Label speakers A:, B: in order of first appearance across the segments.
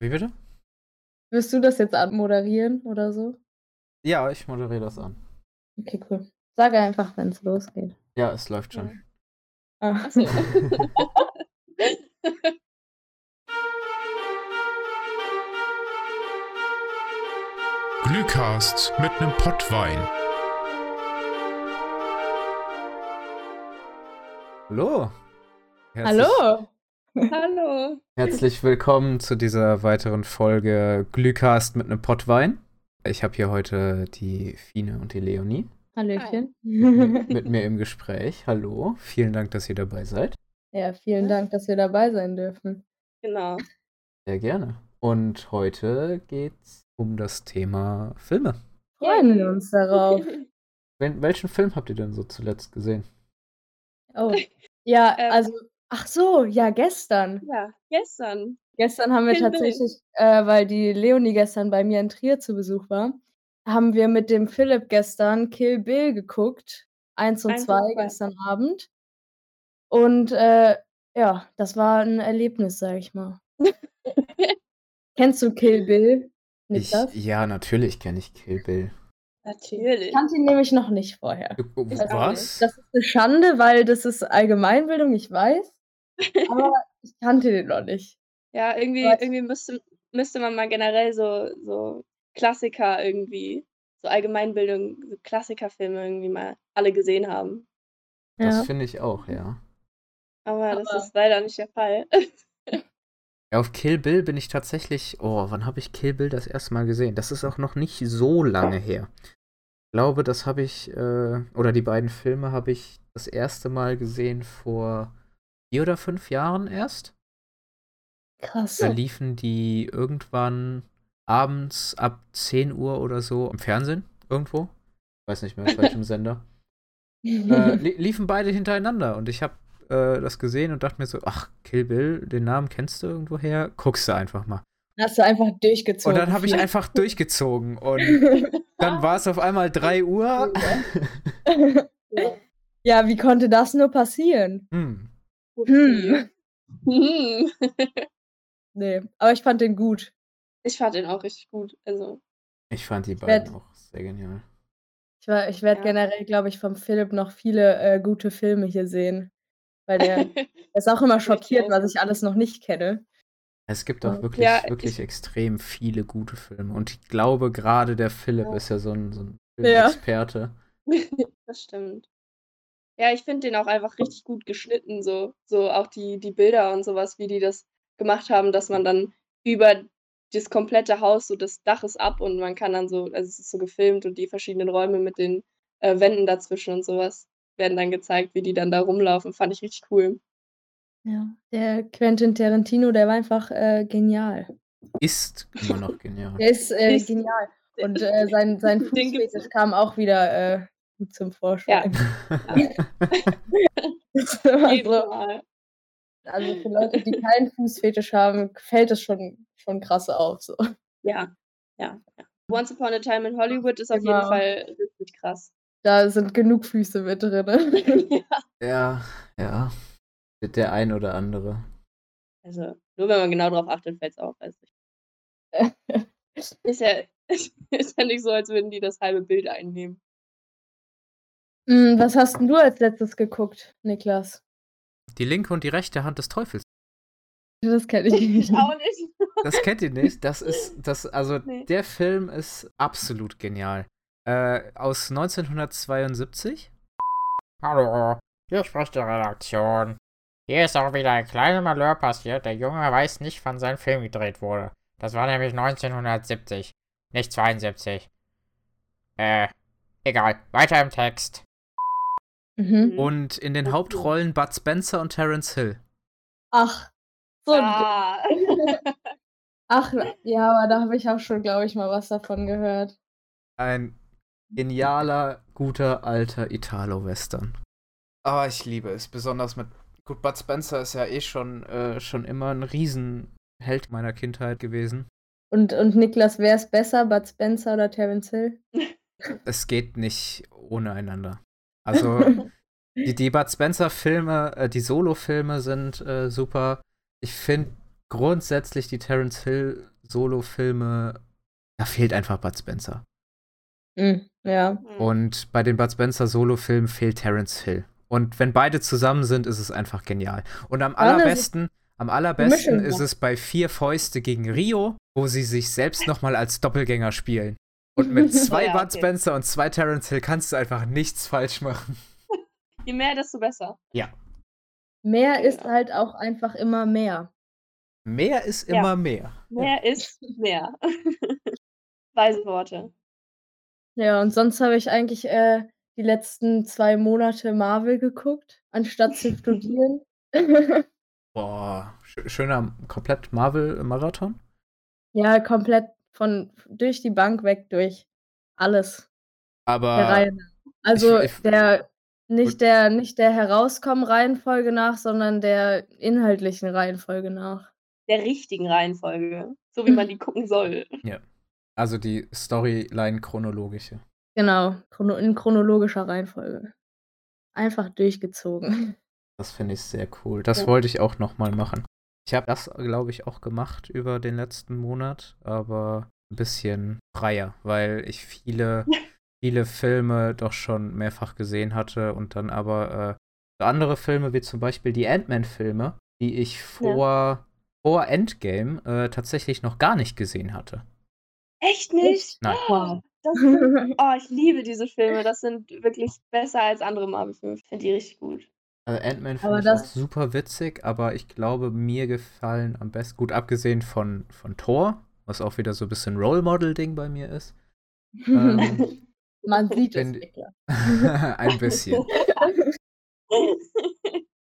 A: Wie bitte?
B: Wirst du das jetzt anmoderieren oder so?
A: Ja, ich moderiere das an.
B: Okay, cool. Sage einfach, wenn es losgeht.
A: Ja, es läuft schon.
B: Ah.
C: Achso.
D: Glühcast mit nem Pott Wein.
A: Hallo. Herzlich,
B: Hallo!
C: Hallo.
A: Herzlich willkommen zu dieser weiteren Folge Glühcast mit einem Pottwein. Ich habe hier heute die Fine und die Leonie
B: Hallöchen.
A: mit mit mir im Gespräch. Hallo, vielen Dank, dass ihr dabei seid.
B: ja, vielen Dank, dass wir dabei sein dürfen.
C: Genau.
A: Sehr gerne. Und heute geht's um das Thema Filme.
B: Freuen wir uns darauf.
A: Wel welchen Film habt ihr denn so zuletzt gesehen?
B: Oh. Ja,
C: Ähm.
B: also, ach so, ja, gestern.
C: ja, gestern.
B: Gestern haben wir
C: Vielen Dank.
B: tatsächlich, äh, weil die Leonie gestern bei mir in Trier zu Besuch war, haben wir mit dem Philipp gestern Kill Bill geguckt. Eins und
C: Eins und
B: zwei
C: zwei.
B: gestern Abend. Und äh, ja, das war ein Erlebnis, sag ich mal. Kennst du Kill Bill?
A: Ich,
B: Niklas? Ich,
A: ja, natürlich kenne ich Kill Bill.
C: Natürlich.
B: kannte ihn nämlich noch nicht vorher.
A: Du-
C: Ich auch
A: Äh, oh, Was?
B: Das ist eine Schande, weil das ist Allgemeinbildung, ich weiß. Aber ich kannte den noch nicht.
C: Ja, irgendwie,
B: Was?
C: irgendwie müsste, müsste man mal generell so, so Klassiker irgendwie, so Allgemeinbildung, so Klassikerfilme irgendwie mal alle gesehen haben.
A: Das
B: Ja.
A: finde ich auch, ja.
C: Aber das
B: Aber-
C: ist leider nicht der Fall.
A: Ja, auf Kill Bill bin ich tatsächlich. Oh, wann habe ich Kill Bill das erste Mal gesehen? Das ist auch noch nicht so lange her. Ich glaube, das habe ich. Äh, oder die beiden Filme habe ich das erste Mal gesehen vor vier oder fünf Jahren erst.
B: Krass.
A: Da liefen die irgendwann abends ab 10 Uhr oder so im Fernsehen irgendwo. Ich weiß nicht mehr, auf welchem Sender. äh, li liefen beide hintereinander und ich habe äh, das gesehen und dachte mir so: Ach, Kill Bill, den Namen kennst du irgendwoher? Guckst du einfach mal.
B: Hast du einfach durchgezogen.
A: Und dann habe ich einfach durchgezogen und dann war es auf einmal 3 Uhr.
B: Ja, wie konnte das nur passieren?
A: Hm.
B: Hm.
C: Hm.
B: Nee, aber ich fand den gut.
C: Ich fand ihn auch richtig gut. Also,
A: Ich fand die
B: werd-
A: beiden auch sehr genial.
B: Ich, war- ich werde
C: Ja.
B: generell, glaube ich, vom Philipp noch viele äh, gute Filme hier sehen. Weil der ist auch immer schockiert,
C: auch.
B: was ich alles noch nicht kenne.
A: Es gibt auch
B: Ja,
A: wirklich,
C: ich-
A: wirklich extrem viele gute Filme. Und ich glaube, gerade der Philipp
C: Ja.
A: ist ja so ein, so ein
B: Ja.
A: Experte.
C: das stimmt. Ja, ich finde den auch einfach richtig gut geschnitten, so. So auch die, die Bilder und sowas, wie die das gemacht haben, dass man dann über das komplette Haus, so das Dach ist ab und man kann dann so, also es ist so gefilmt und die verschiedenen Räume mit den äh, Wänden dazwischen und sowas werden dann gezeigt, wie die dann da rumlaufen. Fand ich richtig cool.
B: Ja. Der Quentin Tarantino, der war einfach äh, genial.
A: Ist immer noch genial.
B: Der ist, äh,
C: Ist-
B: genial. Und äh, sein, sein
C: Den gibt's
B: Fußfetisch kam auch wieder äh, gut zum Vorschein. Das war
C: Jedes
B: so,
C: Mal.
B: also für Leute, die keinen Fußfetisch haben, fällt es schon, schon krass auf. So.
C: Ja, ja, ja. Once Upon a Time in Hollywood ist auf jeden
B: Genau.
C: Fall richtig krass.
B: Da sind genug Füße mit drin.
A: ja, ja. Der ein oder andere.
C: Also, nur wenn man genau drauf achtet, fällt es auf. Also, ist, ja, ist ja nicht so, als würden die das halbe Bild einnehmen.
B: Mm, Was hast denn du als letztes geguckt, Niklas?
A: Die linke und die rechte Hand des Teufels.
B: Das kenne ich nicht.
C: Auch nicht.
A: Das kennt ihr nicht. Das ist, das, also
C: Nee.
A: der Film ist absolut genial. Äh, aus 1972.
E: Hallo, hier spricht die Redaktion. Hier ist auch wieder ein kleiner Malheur passiert. Der Junge weiß nicht, wann sein Film gedreht wurde. Das war nämlich 1970, nicht 72. Äh, egal. Weiter im Text.
B: Mhm.
A: Und in den Hauptrollen Bud Spencer und Terence Hill.
B: Ach, so. ein Ding.
C: Ah.
B: Ach, ja, aber da habe ich auch schon, glaube ich, mal was davon gehört.
A: Ein genialer, guter, alter Italo-Western. Aber Ah, ich liebe es, besonders mit. Gut, Bud Spencer ist ja eh schon, äh, schon immer ein Riesenheld meiner Kindheit gewesen.
B: Und, und Niklas, wer ist besser, Bud Spencer oder Terence Hill?
A: Es geht nicht ohne einander. Also, Die, die Bud Spencer-Filme, äh, die Solo-Filme sind äh, super. Ich finde grundsätzlich die Terence Hill Solo-Filme, da fehlt einfach Bud Spencer.
B: Mm, ja.
A: Hm. Und bei den Bud Spencer Solo-Filmen fehlt Terence Hill. Und wenn beide zusammen sind, ist es einfach genial. Und am
B: Ja, das ist-
A: allerbesten, am allerbesten
B: Mischung,
A: ist
B: ja.
A: es bei Vier Fäuste gegen Rio, wo sie sich selbst nochmal als Doppelgänger spielen. Und mit zwei
C: ja,
A: Bud
C: okay.
A: Spencer und zwei Terence Hill kannst du einfach nichts falsch machen.
C: Je mehr, desto besser.
B: Mehr ist
C: Ja.
B: halt auch einfach immer mehr.
A: Mehr ist
C: Ja.
A: immer mehr.
C: Mehr ist mehr. Weise Worte.
B: Ja, und sonst habe ich eigentlich äh, die letzten zwei Monate Marvel geguckt, anstatt zu studieren.
A: Boah, sch- schöner komplett Marvel-Marathon.
B: ja, komplett von durch die Bank weg, durch alles. der
A: Aber
B: Reihe nach. Also
A: Ah. ich-
B: der
A: Gut.
B: nicht der nicht der herauskommen Reihenfolge nach, sondern der inhaltlichen Reihenfolge nach.
C: Der richtigen Reihenfolge. So wie man die gucken soll.
A: also die Storyline chronologische.
B: Genau, chrono in chronologischer Reihenfolge. Einfach durchgezogen.
A: Das finde ich sehr cool. Oh. Das
C: Ja.
A: wollte ich auch nochmal machen. Ich habe das, glaube ich, auch gemacht über den letzten Monat, aber ein bisschen freier, weil ich viele, viele Filme doch schon mehrfach gesehen hatte und dann aber äh, so andere Filme, wie zum Beispiel die Ant-Man-Filme, die ich vor, vor Endgame äh, tatsächlich noch gar nicht gesehen hatte.
C: Echt nicht?
A: Nein.
C: Oh, das sind,
A: Ähm,
C: oh, ich liebe diese Filme. Das sind wirklich besser als andere Marvel-Filme. Ich finde die richtig gut.
A: Also Ant-Man
B: Aber
A: finde ich auch
B: das-
A: super witzig, aber ich glaube, mir gefallen am besten, gut abgesehen von, von Thor, was auch wieder so ein bisschen Role Model-Ding bei mir ist.
B: Mhm.
A: Ähm,
B: Man sieht es.
A: wenn-
B: Niklas.
A: ein bisschen,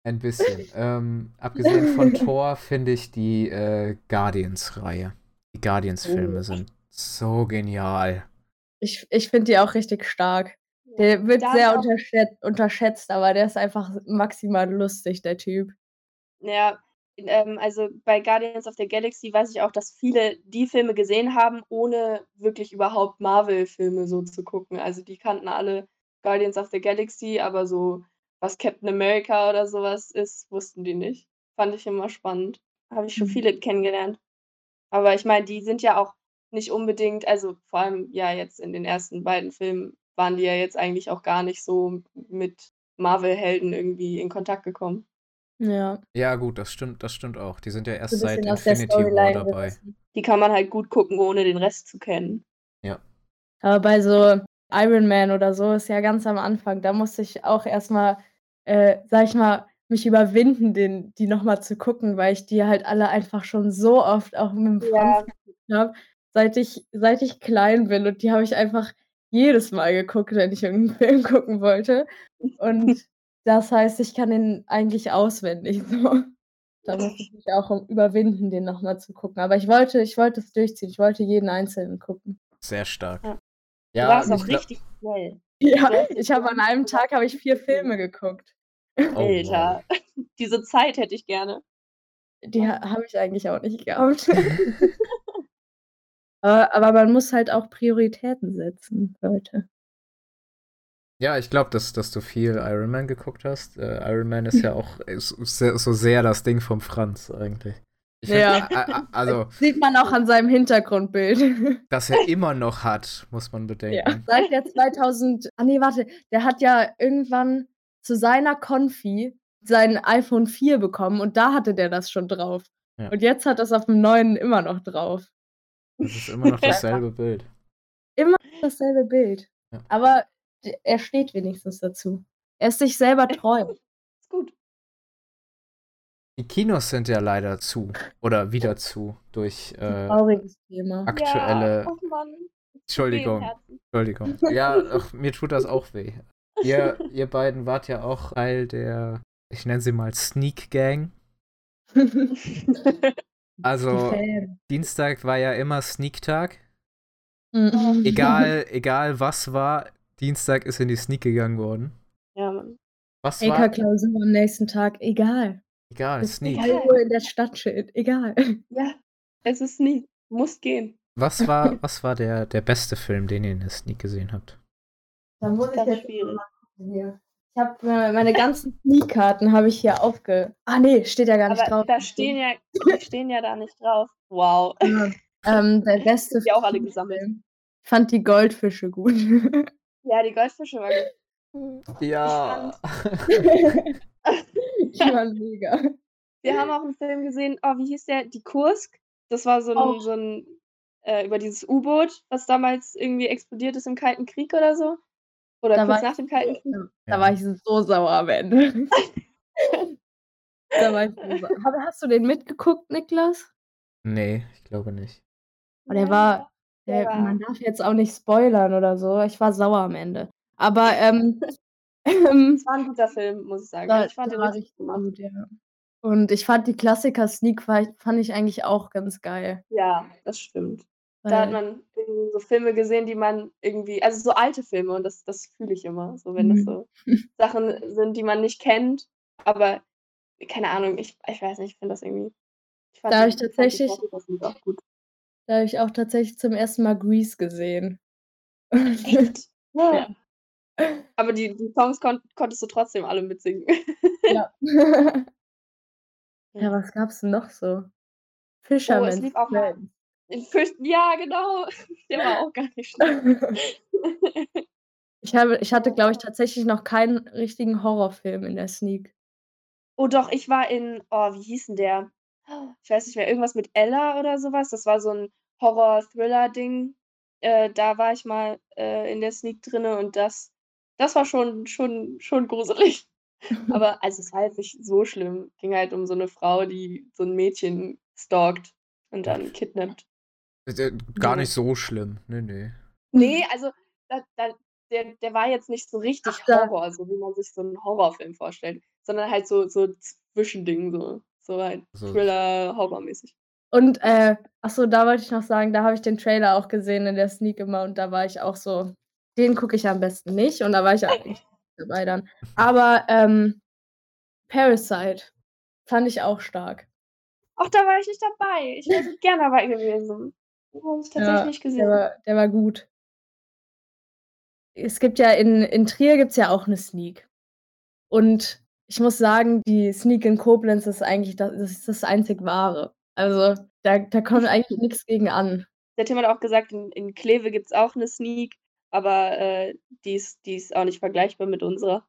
A: ein bisschen. Ähm, abgesehen von Thor finde ich die äh, Guardians-Reihe. Die
B: Oh.
A: Guardians-Filme sind so genial.
B: Ich, ich finde die auch richtig stark. Der wird
C: Da
B: sehr
C: ist auch-
B: unterschätzt, unterschätzt, aber der ist einfach maximal lustig, der Typ.
C: Ja, ähm, also bei Guardians of the Galaxy weiß ich auch, dass viele die Filme gesehen haben, ohne wirklich überhaupt Marvel-Filme so zu gucken. Also die kannten alle Guardians of the Galaxy, aber so was Captain America oder sowas ist, wussten die nicht. Fand ich immer spannend. Habe ich schon
B: Mhm.
C: viele kennengelernt. Aber ich meine, die sind ja auch nicht unbedingt, also vor allem ja jetzt in den ersten beiden Filmen waren die ja jetzt eigentlich auch gar nicht so mit Marvel-Helden irgendwie in Kontakt gekommen.
B: Ja.
A: Ja, gut, das stimmt, das stimmt auch. Die sind ja erst
B: so ein
A: seit
B: bisschen aus der
A: Infinity War
B: Storyline
A: dabei.
B: gerissen.
C: die kann man halt gut gucken, ohne den Rest zu kennen.
B: Aber bei so Iron Man oder so ist ja ganz am Anfang. Da musste ich auch erstmal, äh, sag ich mal, mich überwinden, den, die nochmal zu gucken, weil ich die halt alle einfach schon so oft auch mit dem Franz geguckt habe, seit ich, seit ich klein bin. Und die habe ich einfach jedes Mal geguckt, wenn ich irgendeinen Film gucken wollte. Und das heißt, ich kann den eigentlich auswendig so. Da muss ich mich auch um- überwinden, den nochmal zu gucken. Aber ich wollte, ich wollte es durchziehen. Ich wollte jeden einzelnen gucken.
A: Sehr stark.
C: Ja.
A: Ja,
C: du warst
A: ich
C: auch
A: glaub-
C: richtig schnell.
B: Ja,
C: Das ist
B: ich habe an einem Tag habe ich vier Filme geguckt.
A: oh,
C: Alter. Diese Zeit hätte ich gerne.
B: Die ha habe ich eigentlich auch nicht gehabt. aber, aber man muss halt auch Prioritäten setzen, Leute.
A: Ja, ich glaube, dass, dass du viel Iron Man geguckt hast. Äh, Iron Man ist ja auch äh, so sehr, so sehr das Ding vom Franz eigentlich. Ich find,
B: Ja.
A: a- a- also,
B: Sieht man auch an seinem Hintergrundbild.
A: dass er immer noch hat, muss man bedenken.
B: Seit der 2000. Ah, nee, warte. Der hat ja irgendwann zu seiner Konfi sein iPhone 4 bekommen und da hatte der das schon drauf.
A: Ja.
B: Und jetzt hat das auf dem neuen immer noch drauf.
A: Das ist immer noch dasselbe Bild.
B: Dasselbe Bild.
A: Ja.
B: Aber d- er steht wenigstens dazu. Er ist sich selber treu.
C: Ist gut.
A: Die Kinos sind ja leider zu oder wieder zu durch äh,
B: Trauriges Thema.
A: aktuelle.
C: Oh, Ja, oh Mann.
A: Entschuldigung,
C: Seelenherzen.
A: Entschuldigung. Ja, ach, mir tut das auch weh. Ihr, ihr beiden wart ja auch Teil der, ich nenne sie mal Sneak Gang.
B: Die
A: Also
B: Fan.
A: Dienstag war ja immer Sneak Tag.
B: Mhm.
A: egal, egal was war, Dienstag ist in die Sneak gegangen worden.
C: ja, Mann.
A: Was war?
B: EK-Klausur am nächsten Tag, egal.
A: Egal,
B: Das
A: Sneak.
C: egal.
B: Irgendwo in der Stadt steht, egal.
C: ja, es ist nie. Muss gehen.
A: Was war, was war der, der beste Film, den ihr in der Sneak gesehen habt?
B: Dann muss
C: Ganz schwierig.
B: hier. Ich habe meine ganzen Sneak-Karten habe ich hier aufge. Ah nee, steht ja gar nicht
C: Aber
B: drauf.
C: da stehen ja, die stehen ja da nicht drauf. Wow.
B: Ja. Ähm, der beste
C: Die auch alle
B: Film.
C: gesammelt.
B: Ich fand die Goldfische gut.
C: Ja, die Goldfische waren gut.
A: Ah. Ja.
B: die waren mega.
C: Wir haben auch einen Film gesehen, oh, wie hieß der? Die Kursk. Das war so ein,
B: Oh.
C: so ein äh, über dieses U-Boot, was damals irgendwie explodiert ist im Kalten Krieg oder so. Oder
B: Da
C: kurz
B: war
C: nach dem Kalten Krieg.
B: Da war ich so sauer am Ende. da war ich so sauer. Hab- Hast du den mitgeguckt, Niklas?
A: Nee, ich glaube nicht.
B: Und er Oh, war, der,
C: Ja.
B: man darf jetzt auch nicht spoilern oder so. Ich war sauer am Ende. Aber ähm, ähm,
C: Das war ein guter Film, muss ich sagen.
B: da,
C: ich fand
B: da
C: den
B: war
C: richtig
B: richtig
C: gut gemacht.
B: gut, ja. Und ich fand die Klassiker-Sneak war- fand ich eigentlich auch ganz geil.
C: Ja, das stimmt. Da hat
B: weil-
C: man irgendwie so Filme gesehen, die man irgendwie, also so alte Filme und das, das fühle ich immer, so wenn das
B: Mhm.
C: so Sachen sind, die man nicht kennt, aber keine Ahnung, ich, ich weiß nicht, ich finde das irgendwie. Ich fand
B: Da hab
C: die-
B: ich
C: fand die
B: tatsächlich-
C: Klassiker-Filme auch gut.
B: da habe ich auch tatsächlich zum ersten Mal Grease gesehen.
C: Echt?
B: Ja.
C: Aber die, die Songs kon konntest du trotzdem alle mitsingen.
B: ja. ja, was gab's denn noch so? Fisherman's
C: Oh, lief auch mal-
B: Friend.
C: Den Fisch- ja, genau. Der war auch gar nicht schlecht.
B: Ich, habe, ich
C: Oh.
B: hatte, glaube ich, tatsächlich noch keinen richtigen Horrorfilm in der Sneak.
C: Oh doch, ich war in, oh, wie hieß denn der? Ich weiß nicht mehr, irgendwas mit Ella oder sowas. Das war so ein Horror-Thriller-Ding. Äh, da war ich mal äh, in der Sneak drinne und das, das war schon, schon, schon gruselig. Aber also es war jetzt nicht so schlimm. Ging halt um so eine Frau, die so ein Mädchen stalkt und dann kidnappt.
A: Äh, äh, Gar nicht so schlimm. Nee, nee.
C: Nee, also da, da, der, der war jetzt nicht so richtig
B: Mhm. Ach, da-
C: Horror, so wie man sich so einen Horrorfilm vorstellt, sondern halt so, so Zwischending, so, so halt
A: So-
C: Thriller, Horrormäßig.
B: Und, äh, achso, da wollte ich noch sagen, da habe ich den Trailer auch gesehen in der Sneak immer und da war ich auch so, den gucke ich am besten nicht und da war ich auch nicht dabei dann. Aber, ähm, Parasite fand ich auch stark.
C: Ach, da war ich nicht dabei. Ich wäre so gern dabei gewesen. Den habe ich tatsächlich
B: Ja,
C: nicht
B: Der
C: gesehen.
B: war, der war gut. Es gibt ja in, in Trier gibt es ja auch eine Sneak. Und ich muss sagen, die Sneak in Koblenz ist eigentlich das, das, ist das einzig wahre. Also da, da kommt eigentlich nichts gegen an.
C: Der Tim hat auch gesagt, in, in Kleve gibt es auch eine Sneak, aber äh, die, ist, die ist auch nicht vergleichbar mit unserer.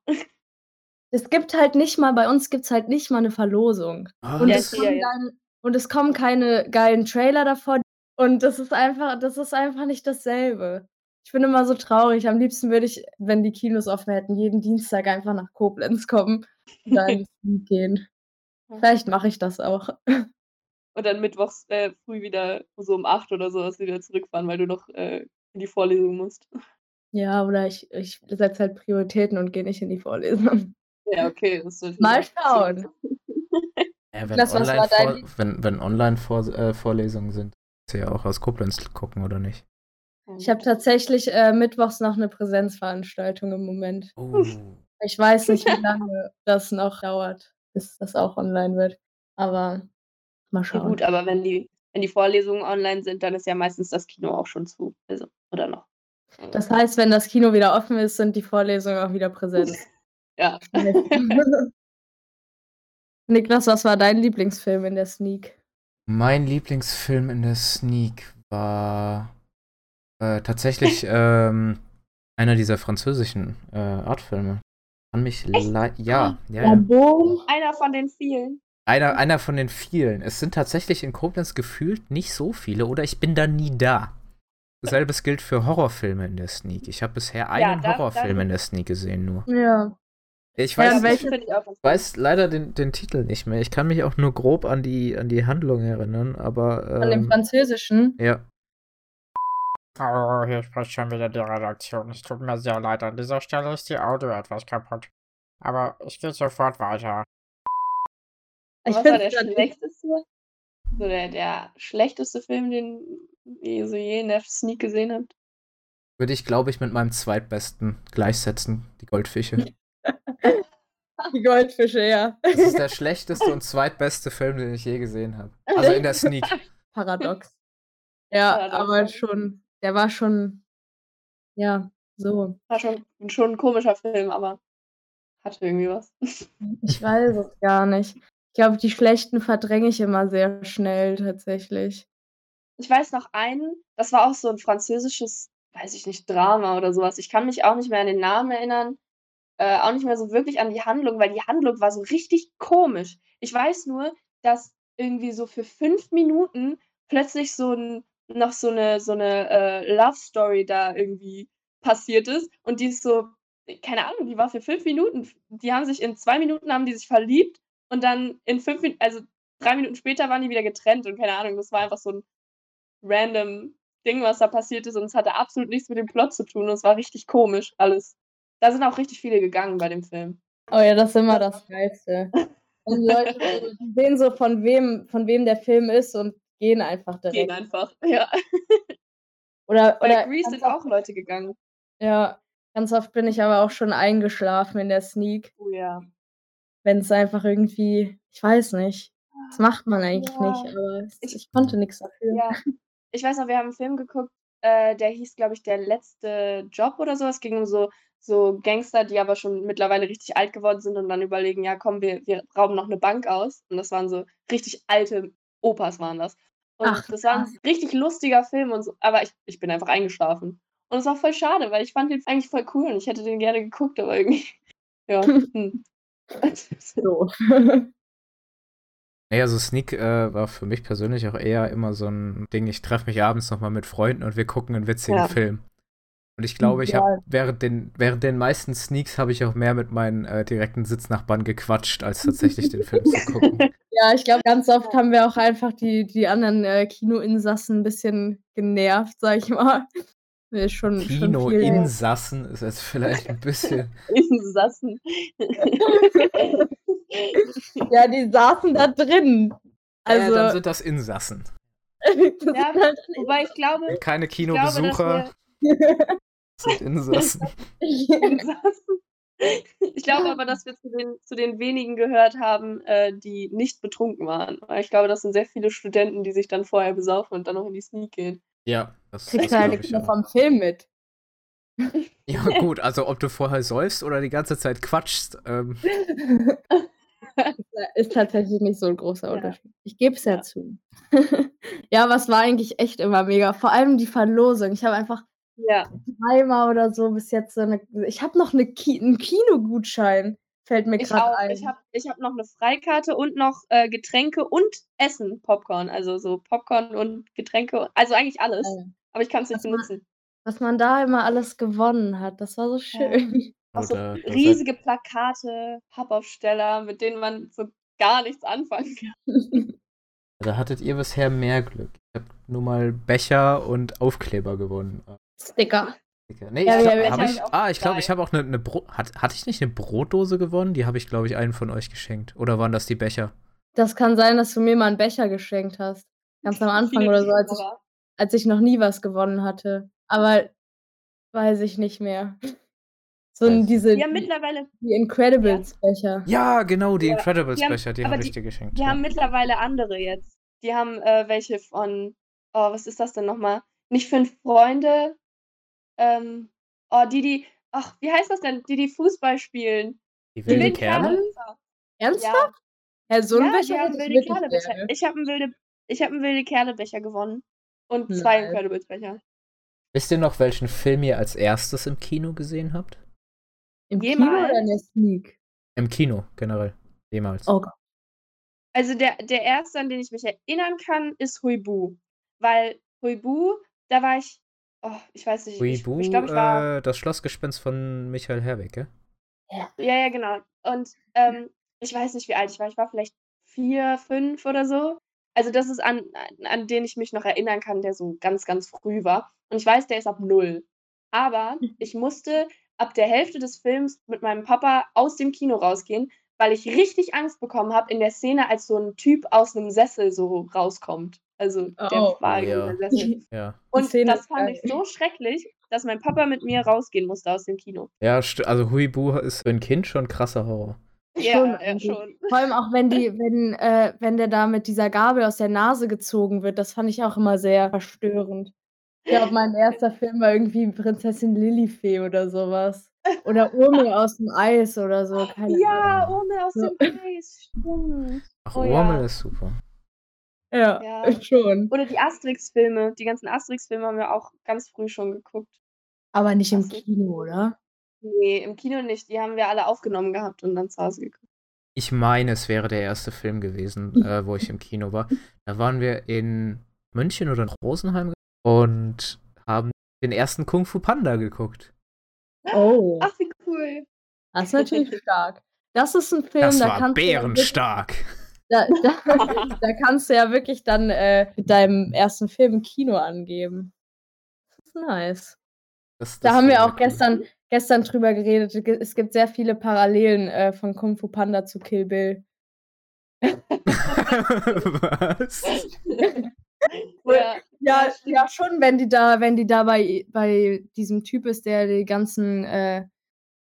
B: Es gibt halt nicht mal, bei uns gibt es halt nicht mal eine Verlosung.
A: Ah,
B: Und,
C: Ja,
B: es,
C: hier,
B: kommen
C: ja.
B: dann, und es kommen keine geilen Trailer davor. Und das ist einfach, das ist einfach nicht dasselbe. Ich bin immer so traurig. Am liebsten würde ich, wenn die Kinos offen hätten, jeden Dienstag einfach nach Koblenz kommen und da ins Kino gehen. Vielleicht mache ich das auch.
C: Und dann mittwochs äh, früh wieder so um 8 oder sowas wieder zurückfahren, weil du noch äh, in die Vorlesung musst.
B: Ja, oder ich, ich setze halt Prioritäten und gehe nicht in die Vorlesung.
C: Ja, okay. Das ist natürlich
B: Mal
C: auch-
B: schauen.
A: Ja, wenn
B: Lass, was war dein
A: Online-Vor- wenn, wenn Online -Vor äh, Vorlesungen sind, kannst du ja auch aus Koblenz gucken, oder nicht?
B: Ich habe tatsächlich äh, mittwochs noch eine Präsenzveranstaltung im Moment.
A: Oh.
B: Ich weiß nicht, wie lange das noch dauert, bis das auch online wird. Aber mal
C: Ja,
B: schauen.
C: gut, aber wenn die, wenn die Vorlesungen online sind, dann ist ja meistens das Kino auch schon zu. Also, oder noch. Hm.
B: Das heißt, wenn das Kino wieder offen ist, sind die Vorlesungen auch wieder präsent.
C: Ja.
B: Niklas, was war dein Lieblingsfilm in der Sneak?
A: Mein Lieblingsfilm in der Sneak war äh, tatsächlich ähm, einer dieser französischen äh, Artfilme. An mich lei-
B: Ah.
A: ja, ja, ja.
B: boom.
C: Einer von den vielen.
A: Einer, einer von den vielen. Es sind tatsächlich in Koblenz gefühlt nicht so viele oder ich bin da nie da. Selbes gilt für Horrorfilme in der Sneak. Ich habe bisher einen
C: da- da-
A: Horrorfilm in der Sneak gesehen nur.
B: Ja.
A: Ich
B: Ja,
A: weiß, nicht-
C: Ja, das
B: welche-
C: finde ich auch ganz
A: ich weiß leider den, den Titel nicht mehr. Ich kann mich auch nur grob an die, an die Handlung erinnern, aber.
B: Von dem
A: Ähm,
B: Französischen.
A: ja.
E: Oh, hier spricht schon wieder die Redaktion. Es tut mir sehr leid, an dieser Stelle ist die Audio etwas kaputt. Aber ich gehe sofort weiter.
B: Ich
C: Was war der
B: find's natürlich-
C: schlechteste? So der, der schlechteste Film, den ihr so je in der Sneak gesehen habt.
A: Würde ich, glaube ich, mit meinem zweitbesten gleichsetzen, die Goldfische.
B: Die Goldfische, ja.
A: Das ist der schlechteste und zweitbeste Film, den ich je gesehen habe. Also in der Sneak.
B: Paradox. Ja,
C: Paradox, ja.
B: aber schon, der war schon, ja, so.
C: War schon, schon ein komischer Film, aber hatte irgendwie was.
B: Ich weiß es gar nicht. Ich glaube, die schlechten verdränge ich immer sehr schnell tatsächlich.
C: ich weiß noch einen, das war auch so ein französisches, weiß ich nicht, Drama oder sowas. Ich kann mich auch nicht mehr an den Namen erinnern, äh, auch nicht mehr so wirklich an die Handlung, weil die Handlung war so richtig komisch. Ich weiß nur, dass irgendwie so für fünf Minuten plötzlich so ein, noch so eine, so eine äh, Love Story da irgendwie passiert ist und die ist so, keine Ahnung, die war für fünf Minuten. Die haben sich in zwei Minuten haben die sich verliebt und dann in fünf Minuten, also drei Minuten später waren die wieder getrennt und keine Ahnung, das war einfach so ein random Ding, was da passiert ist und es hatte absolut nichts mit dem Plot zu tun und es war richtig komisch alles. Da sind auch richtig viele gegangen bei dem Film.
B: Oh ja, das ist immer das Geilste. Und Leute sehen so, von wem, von wem der Film ist und gehen einfach direkt.
C: Gehen einfach, ja.
B: Oder,
C: Bei
B: oder
C: Grease sind auch Leute gegangen.
B: Ja, ganz oft bin ich aber auch schon eingeschlafen in der Sneak,
C: Oh ja.
B: wenn es einfach irgendwie, ich weiß nicht, das macht man eigentlich
C: Ja.
B: nicht, aber es,
C: Ich-
B: ich konnte nichts dafür.
C: Ja. Ich weiß noch, wir haben einen Film geguckt, äh, der hieß, glaube ich, Der letzte Job oder so. Es ging um so, so Gangster, die aber schon mittlerweile richtig alt geworden sind und dann überlegen, ja, komm, wir, wir rauben noch eine Bank aus. Und das waren so richtig alte Opas waren das. Und
B: Ach,
C: das war ein richtig lustiger Film und so, aber ich, ich bin einfach eingeschlafen. Und es war voll schade, weil ich fand den eigentlich voll cool und ich hätte den gerne geguckt, aber irgendwie. Ja. Hm.
B: So.
A: Naja, so Sneak äh, war für mich persönlich auch eher immer so ein Ding, ich treffe mich abends nochmal mit Freunden und wir gucken einen witzigen
C: Ja.
A: Film. Und ich glaube, ich habe
B: Ja.
A: während den, während den meisten Sneaks habe ich auch mehr mit meinen äh, direkten Sitznachbarn gequatscht, als tatsächlich den Film zu gucken.
B: ja, ich glaube, ganz oft haben wir auch einfach die, die anderen äh, Kinoinsassen ein bisschen genervt, sag ich mal. Nee, schon, schon viel.
A: Kinoinsassen ist jetzt vielleicht ein bisschen.
C: Diesen Sassen.
B: Ja, die saßen da drin.
A: Also,
B: Also,
A: dann sind das Insassen.
B: das
C: Ja,
B: sind halt-
C: Wobei ich glaube,
A: Keine
C: dass
A: Kinobesucher sind Insassen.
C: Insassen. Ich glaube aber, dass wir zu den, zu den wenigen gehört haben, äh, die nicht betrunken waren. Weil ich glaube, das sind sehr viele Studenten, die sich dann vorher besaufen und dann noch in die Sneak gehen.
A: Ja, das, das
B: kriegst du halt
A: glaube
B: nichts
A: ich
B: mehr
A: auch.
B: vom Film mit.
A: Ja, gut, also ob du vorher säufst oder die ganze Zeit quatschst, ähm,
B: Da ist tatsächlich nicht so ein großer
C: Ja.
B: Unterschied. Ich gebe es ja,
C: Ja.
B: zu. ja, aber es war eigentlich echt immer mega. Vor allem die Verlosung. Ich habe einfach
C: Ja,
B: dreimal oder so bis jetzt so eine. Ich habe noch eine Ki einen Kinogutschein, fällt mir
C: ich
B: gerade
C: auch.
B: ein.
C: Ich habe ich hab noch eine Freikarte und noch äh, Getränke und Essen, Popcorn. Also so Popcorn und Getränke, also eigentlich alles.
B: Ja.
C: Aber ich kann es nicht
B: Das war-
C: benutzen.
B: Was man da immer alles gewonnen hat, das war so schön.
C: Auch so
A: Oder- oder-
C: riesige Plakate, Pappaufsteller, mit denen man so gar nichts anfangen kann.
A: da hattet ihr bisher mehr Glück. Ich habe nur mal Becher und Aufkleber gewonnen. Ah,
B: Sticker.
A: Nee,
B: Ja,
A: ich
B: ja,
A: glaube,
B: wir
A: hab
B: haben
A: ich,
C: auch
A: ah, ich, glaub, ich
C: zwei.
A: habe auch eine, eine Bro hat, hatte ich nicht eine Brotdose gewonnen? Die habe ich, glaube ich, einen von euch geschenkt. Oder waren das die Becher?
B: Das kann sein, dass du mir mal einen Becher geschenkt hast. Ganz am Anfang
C: Viele
B: oder so, als ich,
C: Zuhörer.
B: als ich noch nie was gewonnen hatte. Aber weiß ich nicht mehr. So
A: Weiß ich
B: diese
C: Wir haben mittlerweile
B: die Incredibles-Becher.
A: Ja, genau, die
C: Ja,
A: Incredibles
C: die haben-
A: Becher, die
C: aber
A: habe ich
C: die-
A: dir geschenkt.
C: Die
A: ja.
C: haben mittlerweile andere jetzt. Die haben äh, welche von, oh, was ist das denn nochmal? Nicht fünf Freunde. Ähm, oh, die, die, ach, wie heißt das denn? Die, die Fußball spielen.
A: die
C: Die
A: wilden
C: wilden
A: Kerle?
C: Kerle.
B: Ernsthaft?
C: Ja,
B: Ja, so ein
C: ja
B: Becher
C: wir haben
B: hätte ich
C: wilde
B: wirklich
C: Kerle Becher.
B: gerne.
C: Ich habe einen wilde, ich habe einen wilde Kerle Becher gewonnen. Und zwei
B: Nice.
C: Incredibles Becher.
A: Wisst ihr noch, welchen Film ihr als erstes im Kino gesehen habt?
B: Im Kino
C: Jemals.
B: oder in der Sneak?
A: Im Kino, generell. Jemals.
B: Oh Gott.
C: Also der, der erste, an den ich mich erinnern kann, ist Huibu. Weil Huibu, da war ich, oh, ich weiß nicht, ich,
A: Uibu,
C: ich glaube, ich war
A: äh, das Schlossgespenst von Michael Herwig, gell?
C: Ja, ja, genau. Und ähm, ich weiß nicht, wie alt ich war. Ich war vielleicht vier, fünf oder so. Also das ist an, an, an den ich mich noch erinnern kann, der so ganz, ganz früh war. Und ich weiß, der ist ab null. Aber ich musste ab der Hälfte des Films mit meinem Papa aus dem Kino rausgehen, weil ich richtig Angst bekommen habe in der Szene, als so ein Typ aus einem Sessel so rauskommt. Also der
B: Oh.
C: war
A: Oh, ja.
C: in der Sessel.
A: Ja.
C: Und
B: Szene
C: das
B: ist
C: fand ich so schrecklich, dass mein Papa mit mir rausgehen musste aus dem Kino.
A: Ja, st- also Huibu ist für ein Kind schon krasser Horror.
B: Schon
C: Ja, ja,
B: irgendwie.
C: schon.
B: Vor allem auch, wenn, die, wenn, äh, wenn der da mit dieser Gabel aus der Nase gezogen wird. Das fand ich auch immer sehr verstörend. Ich glaube, mein erster Film war irgendwie Prinzessin Lilifee oder sowas. Oder Urmel aus dem Eis oder so. Keine
C: Ja,
A: Ahnung.
C: Urmel aus
B: Ja.
C: dem Eis, stimmt.
A: Ach,
C: Oh ja.
A: Urmel ist super.
B: Ja,
C: Ja.
B: schon.
C: Oder die Asterix-Filme. Die ganzen Asterix-Filme haben wir auch ganz früh schon geguckt.
B: Aber nicht im
C: Ach so.
B: Kino, oder?
C: Nee, im Kino nicht. Die haben wir alle aufgenommen gehabt und dann zu Hause geguckt.
A: Ich meine, es wäre der erste Film gewesen, äh, wo ich im Kino war. Da waren wir in München oder in Rosenheim und haben den ersten Kung Fu Panda geguckt.
B: Oh,
C: Ach, wie cool.
B: das ist natürlich stark. Das ist ein Film,
A: Das
B: da
A: war
B: kannst du ja wirklich-
A: bärenstark.
B: Da, da, da kannst du ja wirklich dann äh, mit deinem ersten Film Kino angeben. Das ist nice.
A: Das-
B: Da
A: das
B: haben wir
A: war
B: auch
A: cool.
B: gestern, gestern drüber geredet. Ge- Es gibt sehr viele Parallelen äh, von Kung Fu Panda zu Kill Bill.
A: Was?
C: Ja,
B: Ja,
C: stimmt.
B: ja schon, wenn die da, wenn die da bei, bei diesem Typ ist, der die ganzen äh,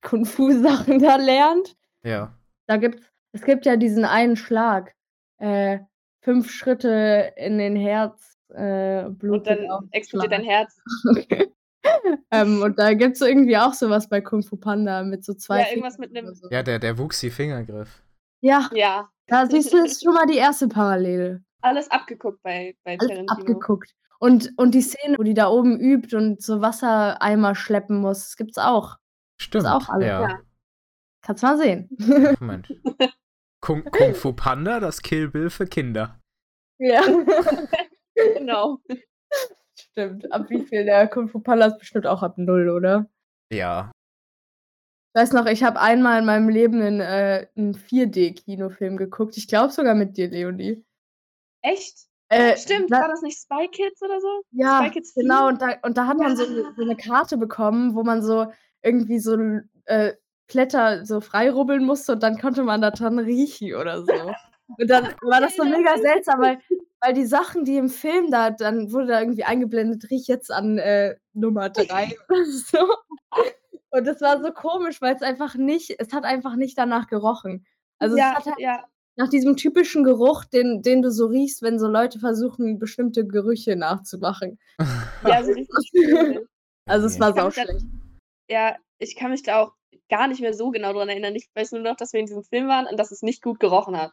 B: Kung Fu Sachen da lernt.
A: Ja.
B: Da gibt's, es gibt ja diesen einen Schlag. Äh, fünf Schritte in den Herz. Äh,
C: und
B: blutet auf
C: dann
B: den
C: explodiert
B: Schlag.
C: dein Herz.
B: Okay. ähm, und da gibt es irgendwie auch sowas bei Kung Fu Panda mit so zwei.
C: Ja, irgendwas
B: Fingern
C: mit einem-
B: oder So.
A: Ja, der, der Wuchsi-Fingergriff.
B: Ja,
C: Ja,
B: da siehst du, ist schon mal die erste Parallele.
C: alles abgeguckt bei, bei
B: Alles
C: Tarantino.
B: abgeguckt. Und, und die Szene, wo die da oben übt und so Wassereimer schleppen muss, das gibt's auch.
A: Stimmt.
B: auch alles,
A: ja.
B: Kannst mal sehen.
A: Ach, Mensch. Kung, Kung Fu Panda, das Kill Bill für Kinder.
B: Ja,
C: Genau.
B: stimmt. Ab wie viel der Kung Fu Panda ist bestimmt auch ab null, oder?
A: Ja.
B: Ich weiß noch, ich habe einmal in meinem Leben einen, äh, einen 4D-Kinofilm geguckt. Ich glaube sogar mit dir, Leonie.
C: Echt?
B: Äh,
C: Stimmt,
B: da-
C: war das nicht Spy Kids oder so?
B: Ja,
C: Spy Kids
B: Genau,
C: 4?
B: und da, und da hat man so, eine- so eine Karte bekommen, wo man so irgendwie so äh, Blätter so freirubbeln musste und dann konnte man da dran riechen oder so. Und dann war das so mega seltsam, weil, weil die Sachen, die im Film da, dann wurde da irgendwie eingeblendet, riech jetzt an äh, Nummer 3 oder so. Und das war so komisch, weil es einfach nicht, es hat einfach nicht danach gerochen. Also es
C: ja,
B: hat halt
C: ja,
B: nach diesem typischen Geruch, den, den du so riechst, wenn so Leute versuchen, bestimmte Gerüche nachzumachen.
C: ja, so richtig schwierig.
B: Also es war
C: Kann
B: sau
C: ich da-
B: schlecht.
C: Ja, ich kann mich da auch gar nicht mehr so genau dran erinnern. Ich weiß nur noch, dass wir in diesem Film waren und dass es nicht gut gerochen hat.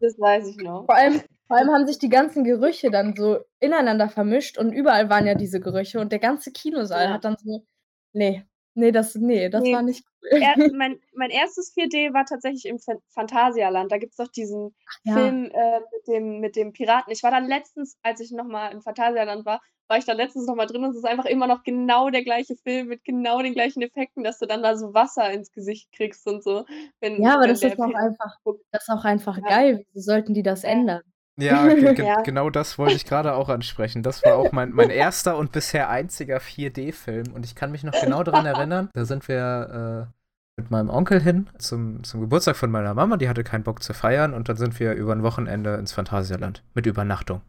C: Das weiß ich noch.
B: Vor allem, vor allem haben sich die ganzen Gerüche dann so ineinander vermischt und überall waren ja diese Gerüche und der ganze Kinosaal
C: Ja.
B: hat dann so, nee, nee, das, nee, das
C: Nee.
B: war nicht cool.
C: Er, mein, mein erstes 4D war tatsächlich im Fan- Phantasialand. Da gibt es doch diesen
B: Ja.
C: Film äh, mit, dem, mit dem Piraten. Ich war dann letztens, als ich nochmal im Phantasialand war, war ich da letztens nochmal drin und es ist einfach immer noch genau der gleiche Film mit genau den gleichen Effekten, dass du dann da so Wasser ins Gesicht kriegst und so. Wenn,
B: Ja, aber
C: wenn
B: das
C: der
B: ist auch
C: Pirat-
B: einfach, das ist auch einfach
C: Ja.
B: geil. Wieso sollten die das
C: Ja.
B: ändern?
A: Ja, ge ge
C: Ja.
A: genau das wollte ich gerade auch ansprechen. Das war auch mein, mein erster und bisher einziger 4D-Film. Und ich kann mich noch genau daran erinnern, da sind wir äh, mit meinem Onkel hin zum, zum Geburtstag von meiner Mama. Die hatte keinen Bock zu feiern. Und dann sind wir über ein Wochenende ins Phantasialand mit Übernachtung.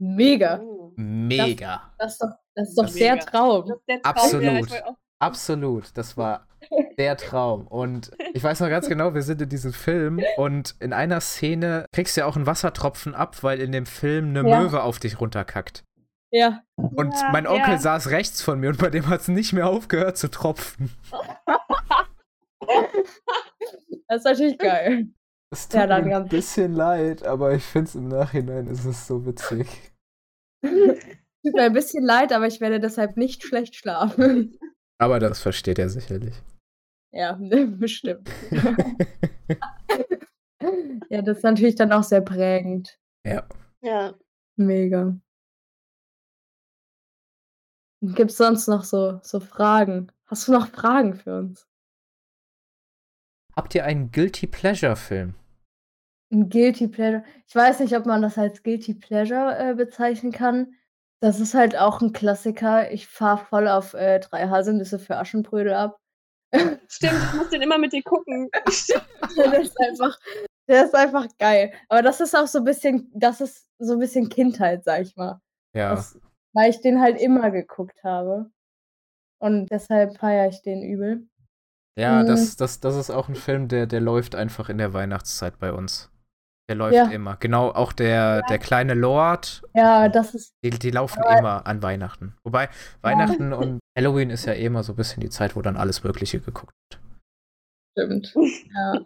B: Mega.
C: Mhm.
A: Mega.
B: Das ist doch, das ist doch
A: Das-
B: sehr
C: Mega.
B: Traum.
C: Das ist der Traum,
A: Absolut.
C: Ja, ich wollte auch-
A: Absolut, das war der Traum. Und ich weiß noch ganz genau, wir sind in diesem Film und in einer Szene kriegst du ja auch einen Wassertropfen ab, weil in dem Film eine
B: Ja.
A: Möwe auf dich runterkackt.
B: Ja.
A: Und
C: Ja,
A: mein Onkel
C: ja.
A: saß rechts von mir und bei dem hat es nicht mehr aufgehört zu tropfen.
B: Das ist natürlich geil.
A: Es
B: Ja, tut dann mir ein ganz-
A: bisschen leid, aber ich finde es im Nachhinein ist es so witzig.
B: Tut mir ein bisschen leid, aber ich werde deshalb nicht schlecht schlafen.
A: Aber das versteht er sicherlich.
B: Ja, bestimmt. Ja, das ist natürlich dann auch sehr prägend.
C: Ja.
B: Mega. Gibt es sonst noch so, so Fragen? Hast du noch Fragen für uns?
A: Habt ihr einen Guilty Pleasure Film?
B: Ein Guilty Pleasure. Ich weiß nicht, ob man das als Guilty Pleasure äh, bezeichnen kann. Das ist halt auch ein Klassiker. Ich fahre voll auf äh, drei Haselnüsse für Aschenbrödel ab.
C: Stimmt, ich muss den immer mit dir gucken. Stimmt.
B: der, ist einfach, der ist einfach geil. Aber das ist auch so ein bisschen, das ist so ein bisschen Kindheit, sag ich mal.
A: Ja,
B: Das, weil ich den halt immer geguckt habe. Und deshalb feiere ich den übel.
A: ja
B: Mm.
A: das, das, das ist auch ein Film, der, der läuft einfach in der Weihnachtszeit bei uns. Der läuft
B: Ja.
A: immer. Genau, auch der, der kleine Lord,
B: Ja, das ist.
A: die, die laufen immer an Weihnachten. Wobei Weihnachten und Halloween ist ja eh immer so ein bisschen die Zeit, wo dann alles Mögliche geguckt wird.
B: Stimmt. Ja.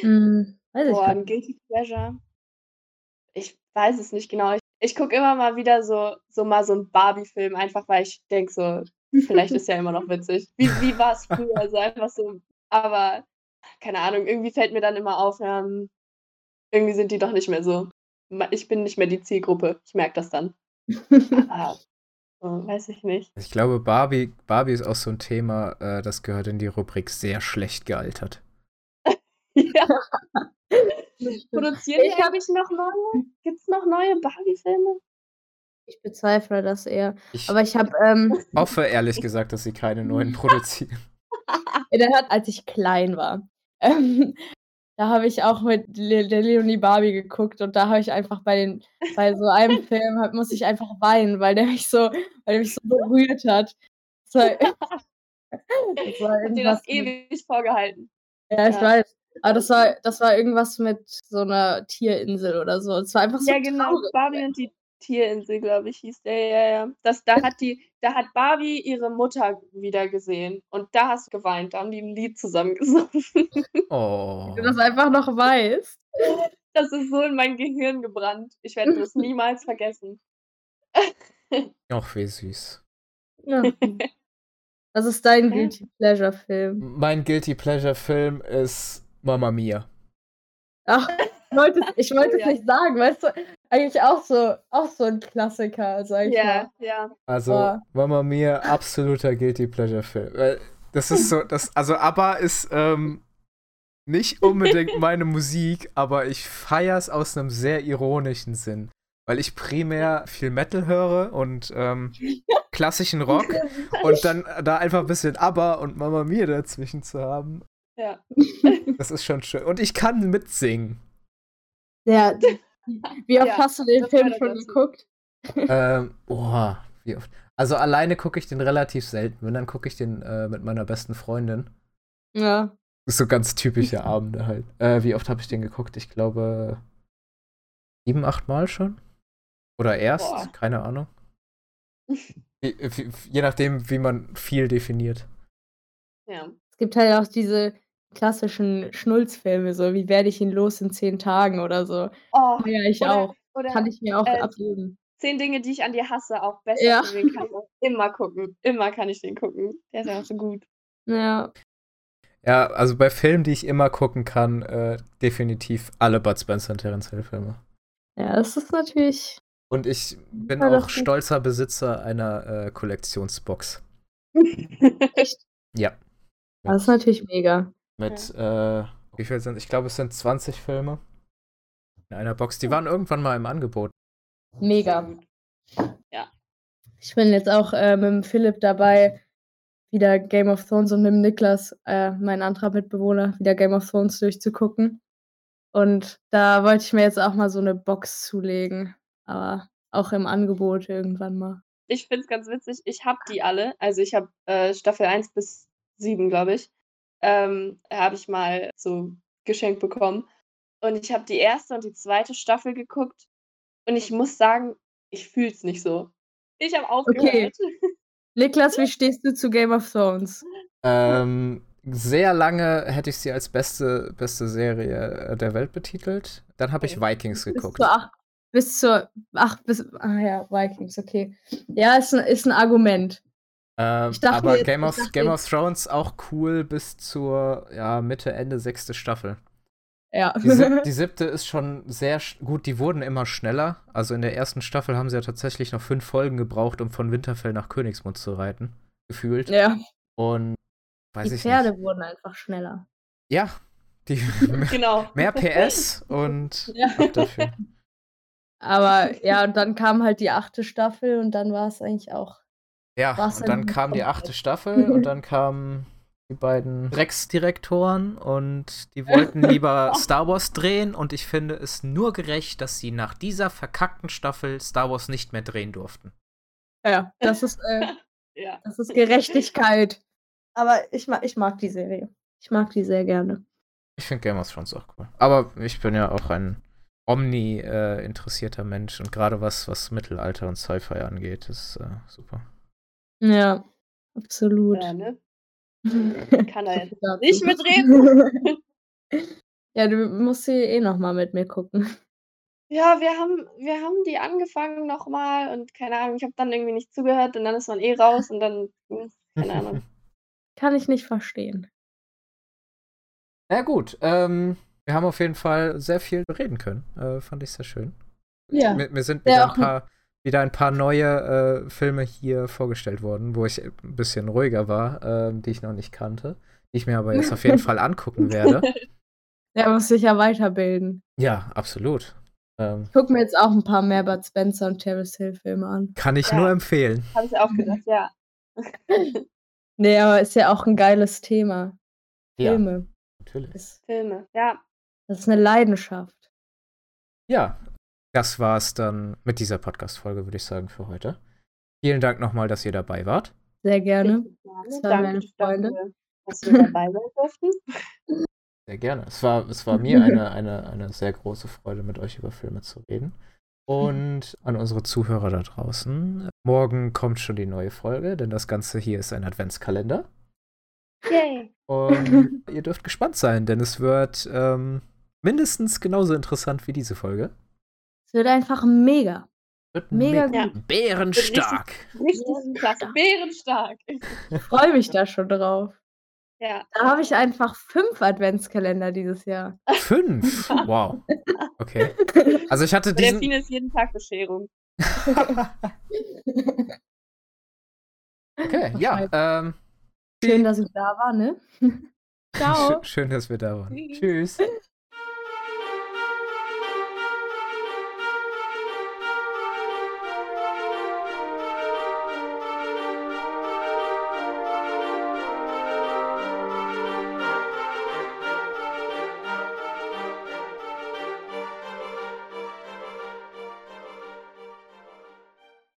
B: Hm, weiß ich
C: Boah,
B: gar
C: ein
B: nicht.
C: Guilty Pleasure. ich weiß es nicht genau. Ich, ich gucke immer mal wieder so, so mal so einen Barbie-Film, einfach weil ich denke so, vielleicht ist ja immer noch witzig. Wie, wie war es früher? Also einfach so, aber keine Ahnung, irgendwie fällt mir dann immer auf, ähm, irgendwie sind die doch nicht mehr so. Ich bin nicht mehr die Zielgruppe. Ich merke das dann. Aber, so, weiß ich nicht.
A: Ich glaube, Barbie, Barbie ist auch so ein Thema, äh, das gehört in die Rubrik sehr schlecht gealtert.
C: ja. Produzieren die eigentlich noch neue? Gibt es noch neue Barbie-Filme?
B: Ich bezweifle das eher.
A: Ich
B: Aber ich habe, ähm,
A: hoffe ehrlich gesagt, dass sie keine neuen produzieren.
B: in der Tat, als ich klein war, ähm, da habe ich auch mit Le der Leonie Barbie geguckt und da habe ich einfach bei den, bei so einem Film hab, muss ich einfach weinen, weil der mich so, weil der mich so berührt hat. Das war, das war
C: Hat dir das
B: irgendwas mit-
C: ewig vorgehalten?
B: Ja, ich
C: Ja.
B: weiß. Aber das war, das war irgendwas mit so einer Tierinsel oder so. Es war einfach so.
C: Ja, genau.
B: traurig.
C: Barbie und die Tierinsel, glaube ich, hieß der. Ja, ja. Das, da, hat die, da hat Barbie ihre Mutter wieder gesehen. Und da hast du geweint. Da haben die ein Lied zusammen gesungen.
A: Oh.
B: Wenn du das einfach noch weißt.
C: Das ist so in mein Gehirn gebrannt. Ich werde das niemals vergessen.
A: Ach, wie süß.
B: Ja. Das ist dein Guilty Pleasure Film.
A: Mein Guilty Pleasure Film ist Mamma Mia.
B: Ach, ich wollte es, ich wollte
C: Oh,
B: es
C: ja.
B: nicht sagen, weißt du? Eigentlich auch so, auch so ein Klassiker, also sag ich
C: Ja, ja.
A: Also
B: Boah.
A: Mamma Mia, absoluter Guilty Pleasure Film. Weil Das ist so, das, also ABBA ist ähm, nicht unbedingt meine Musik, aber ich feier's aus einem sehr ironischen Sinn. Weil ich primär viel Metal höre und ähm, klassischen Rock und dann da einfach ein bisschen ABBA und Mamma Mia dazwischen zu haben,
C: ja.
A: das ist schon schön. Und ich kann mitsingen.
B: mal. Ja. Wie oft
C: Ja,
B: hast du den
C: das
B: Film
C: gehört
B: schon
C: dazu.
B: geguckt?
A: ähm, oh, wie oft. Also alleine gucke ich den relativ selten. Wenn, dann gucke ich den äh, mit meiner besten Freundin.
B: Ja.
A: Ist so ganz
B: Mhm.
A: typische Abende halt. Äh, wie oft habe ich den geguckt? Ich glaube sieben, acht Mal schon. Oder erst,
C: Boah.
A: keine Ahnung. Wie- wie- Je nachdem, wie man viel definiert.
C: ja.
B: Es gibt halt auch diese klassischen Schnulzfilme, so wie werde ich ihn los in zehn Tagen oder so.
C: Oh,
B: Ja, ich
C: oder,
B: auch.
C: Oder
B: Kann ich mir auch
C: äh,
B: abgeben.
C: zehn Dinge, die ich an dir hasse, auch besser.
B: Ja.
C: Ja. Den kann ich auch immer gucken. Immer kann ich den gucken. Der ist ja auch so gut.
B: Ja.
A: Ja, also bei Filmen, die ich immer gucken kann, äh, definitiv alle Bud Spencer und Terence Hill Filme.
B: Ja, das ist natürlich.
A: Und ich bin
B: Ja, das
A: auch
B: ist-
A: stolzer Besitzer einer äh, Kollektionsbox.
B: Echt?
A: Ja.
B: Ah, Das ist halt natürlich mega.
A: Mit, äh, wie viel sind Ich glaube, es sind 20 Filme in einer Box. Die waren irgendwann mal im Angebot.
B: Mega. Ich bin jetzt auch äh, mit dem Philipp dabei, wieder Game of Thrones und mit dem Niklas, äh, mein anderer Mitbewohner, wieder Game of Thrones durchzugucken. Und da wollte ich mir jetzt auch mal so eine Box zulegen. Aber auch im Angebot irgendwann mal.
C: Ich finde es ganz witzig. Ich habe die alle. Also ich habe äh, Staffel 1 bis 7, glaube ich. Ähm, habe ich mal so geschenkt bekommen. Und ich habe die erste und die zweite Staffel geguckt. Und ich muss sagen, ich fühle es nicht so. Ich habe aufgehört.
B: Niklas, wie stehst du zu Game of Thrones?
A: Ähm, sehr lange hätte ich sie als beste, beste Serie äh, der Welt betitelt. Dann habe ich Vikings
B: Bis
A: geguckt.
B: zur acht, bis zur acht, bis, ah ja, Vikings, okay. Ja, ist ein, ist ein Argument.
A: Ähm,
B: Ich dachte
A: aber
B: jetzt-
A: Game,
B: ich
A: of,
B: dachte
A: Game
B: jetzt-
A: of Thrones auch cool bis zur ja, Mitte, Ende sechste Staffel.
B: Ja.
A: Die, sieb die siebte ist schon sehr sch gut, die wurden immer schneller. Also in der ersten Staffel haben sie ja tatsächlich noch fünf Folgen gebraucht, um von Winterfell nach Königsmund zu reiten. Gefühlt.
B: ja.
A: Und weiß
B: Die
A: ich
B: Pferde
A: nicht.
B: wurden einfach schneller.
A: Ja, die
C: Genau.
A: mehr PS und
B: Ja.
A: ab dafür.
B: Aber ja, und dann kam halt die achte Staffel und dann war es eigentlich auch.
A: Ja,
B: Was
A: und dann
B: denn?
A: kam die achte Staffel und dann kamen die beiden Drecksdirektoren und die wollten lieber Star Wars drehen und ich finde es nur gerecht, dass sie nach dieser verkackten Staffel Star Wars nicht mehr drehen durften.
B: Ja, das ist, äh,
C: Ja.
B: das ist Gerechtigkeit. Aber ich, ma ich mag die Serie. Ich mag die sehr gerne.
A: Ich finde Game of Thrones auch cool. Aber ich bin ja auch ein Omni-interessierter Mensch und gerade was, was Mittelalter und Sci-Fi angeht, ist äh, super.
B: Ja, absolut.
C: Ja, ne?
B: Nicht
C: Kann er jetzt nicht mitreden.
B: ja, du musst sie eh nochmal mit mir gucken.
C: Ja, wir haben, wir haben die angefangen nochmal und keine Ahnung, ich habe dann irgendwie nicht zugehört und dann ist man eh raus und dann, hm, keine Ahnung.
B: Kann ich nicht verstehen.
A: Na gut, ähm, wir haben auf jeden Fall sehr viel reden können. Äh, fand ich sehr schön.
B: Ja.
A: Mir, mir sind
B: Ja,
A: wieder
B: auch
A: ein, paar, wieder ein paar neue äh, Filme hier vorgestellt worden, wo ich ein bisschen ruhiger war, ähm, die ich noch nicht kannte, die ich mir aber jetzt auf jeden Fall angucken werde.
B: Der muss sich ja weiterbilden.
A: Ja, absolut. Ähm,
B: Ich gucke mir jetzt auch ein paar mehr Bud Spencer und Terrace Hill Filme an.
A: kann ich
C: Ja.
A: nur empfehlen.
C: Habe ich auch gedacht, ja.
B: Nee, aber ist ja auch ein geiles Thema. Filme.
A: natürlich.
B: Das,
C: Filme, ja.
B: das ist eine Leidenschaft.
A: Ja, das war's dann mit dieser Podcast-Folge, würde ich sagen, für heute. Vielen Dank nochmal, dass ihr dabei wart.
B: Sehr gerne. Das
C: richtig gerne.
B: waren meine
C: Danke,
B: Freunde.
C: dafür, dass wir dabei sein durften.
A: Sehr gerne. Es war, es war mir eine, eine, eine sehr große Freude, mit euch über Filme zu reden. Und an unsere Zuhörer da draußen. Morgen kommt schon die neue Folge, denn das Ganze hier ist ein Adventskalender.
C: Yay.
A: Und ihr dürft gespannt sein, denn es wird ähm, mindestens genauso interessant wie diese Folge.
B: Es wird einfach mega.
A: Wird
B: Mega
A: me-
C: gut.
A: bärenstark.
C: Richtig klasse. Bärenstark.
B: Ich freue mich da schon drauf.
C: Ja.
B: Da habe ich einfach fünf Adventskalender dieses Jahr.
A: Fünf. Wow. Okay. Also ich hatte
C: Bei der
A: diesen,
C: Fine ist jeden Tag Bescherung.
A: Okay, ja. Ähm,
B: Schön, dass ich da war, ne? Ciao.
A: sch- schön, dass wir da waren.
C: Tschüss.
A: Tschüss.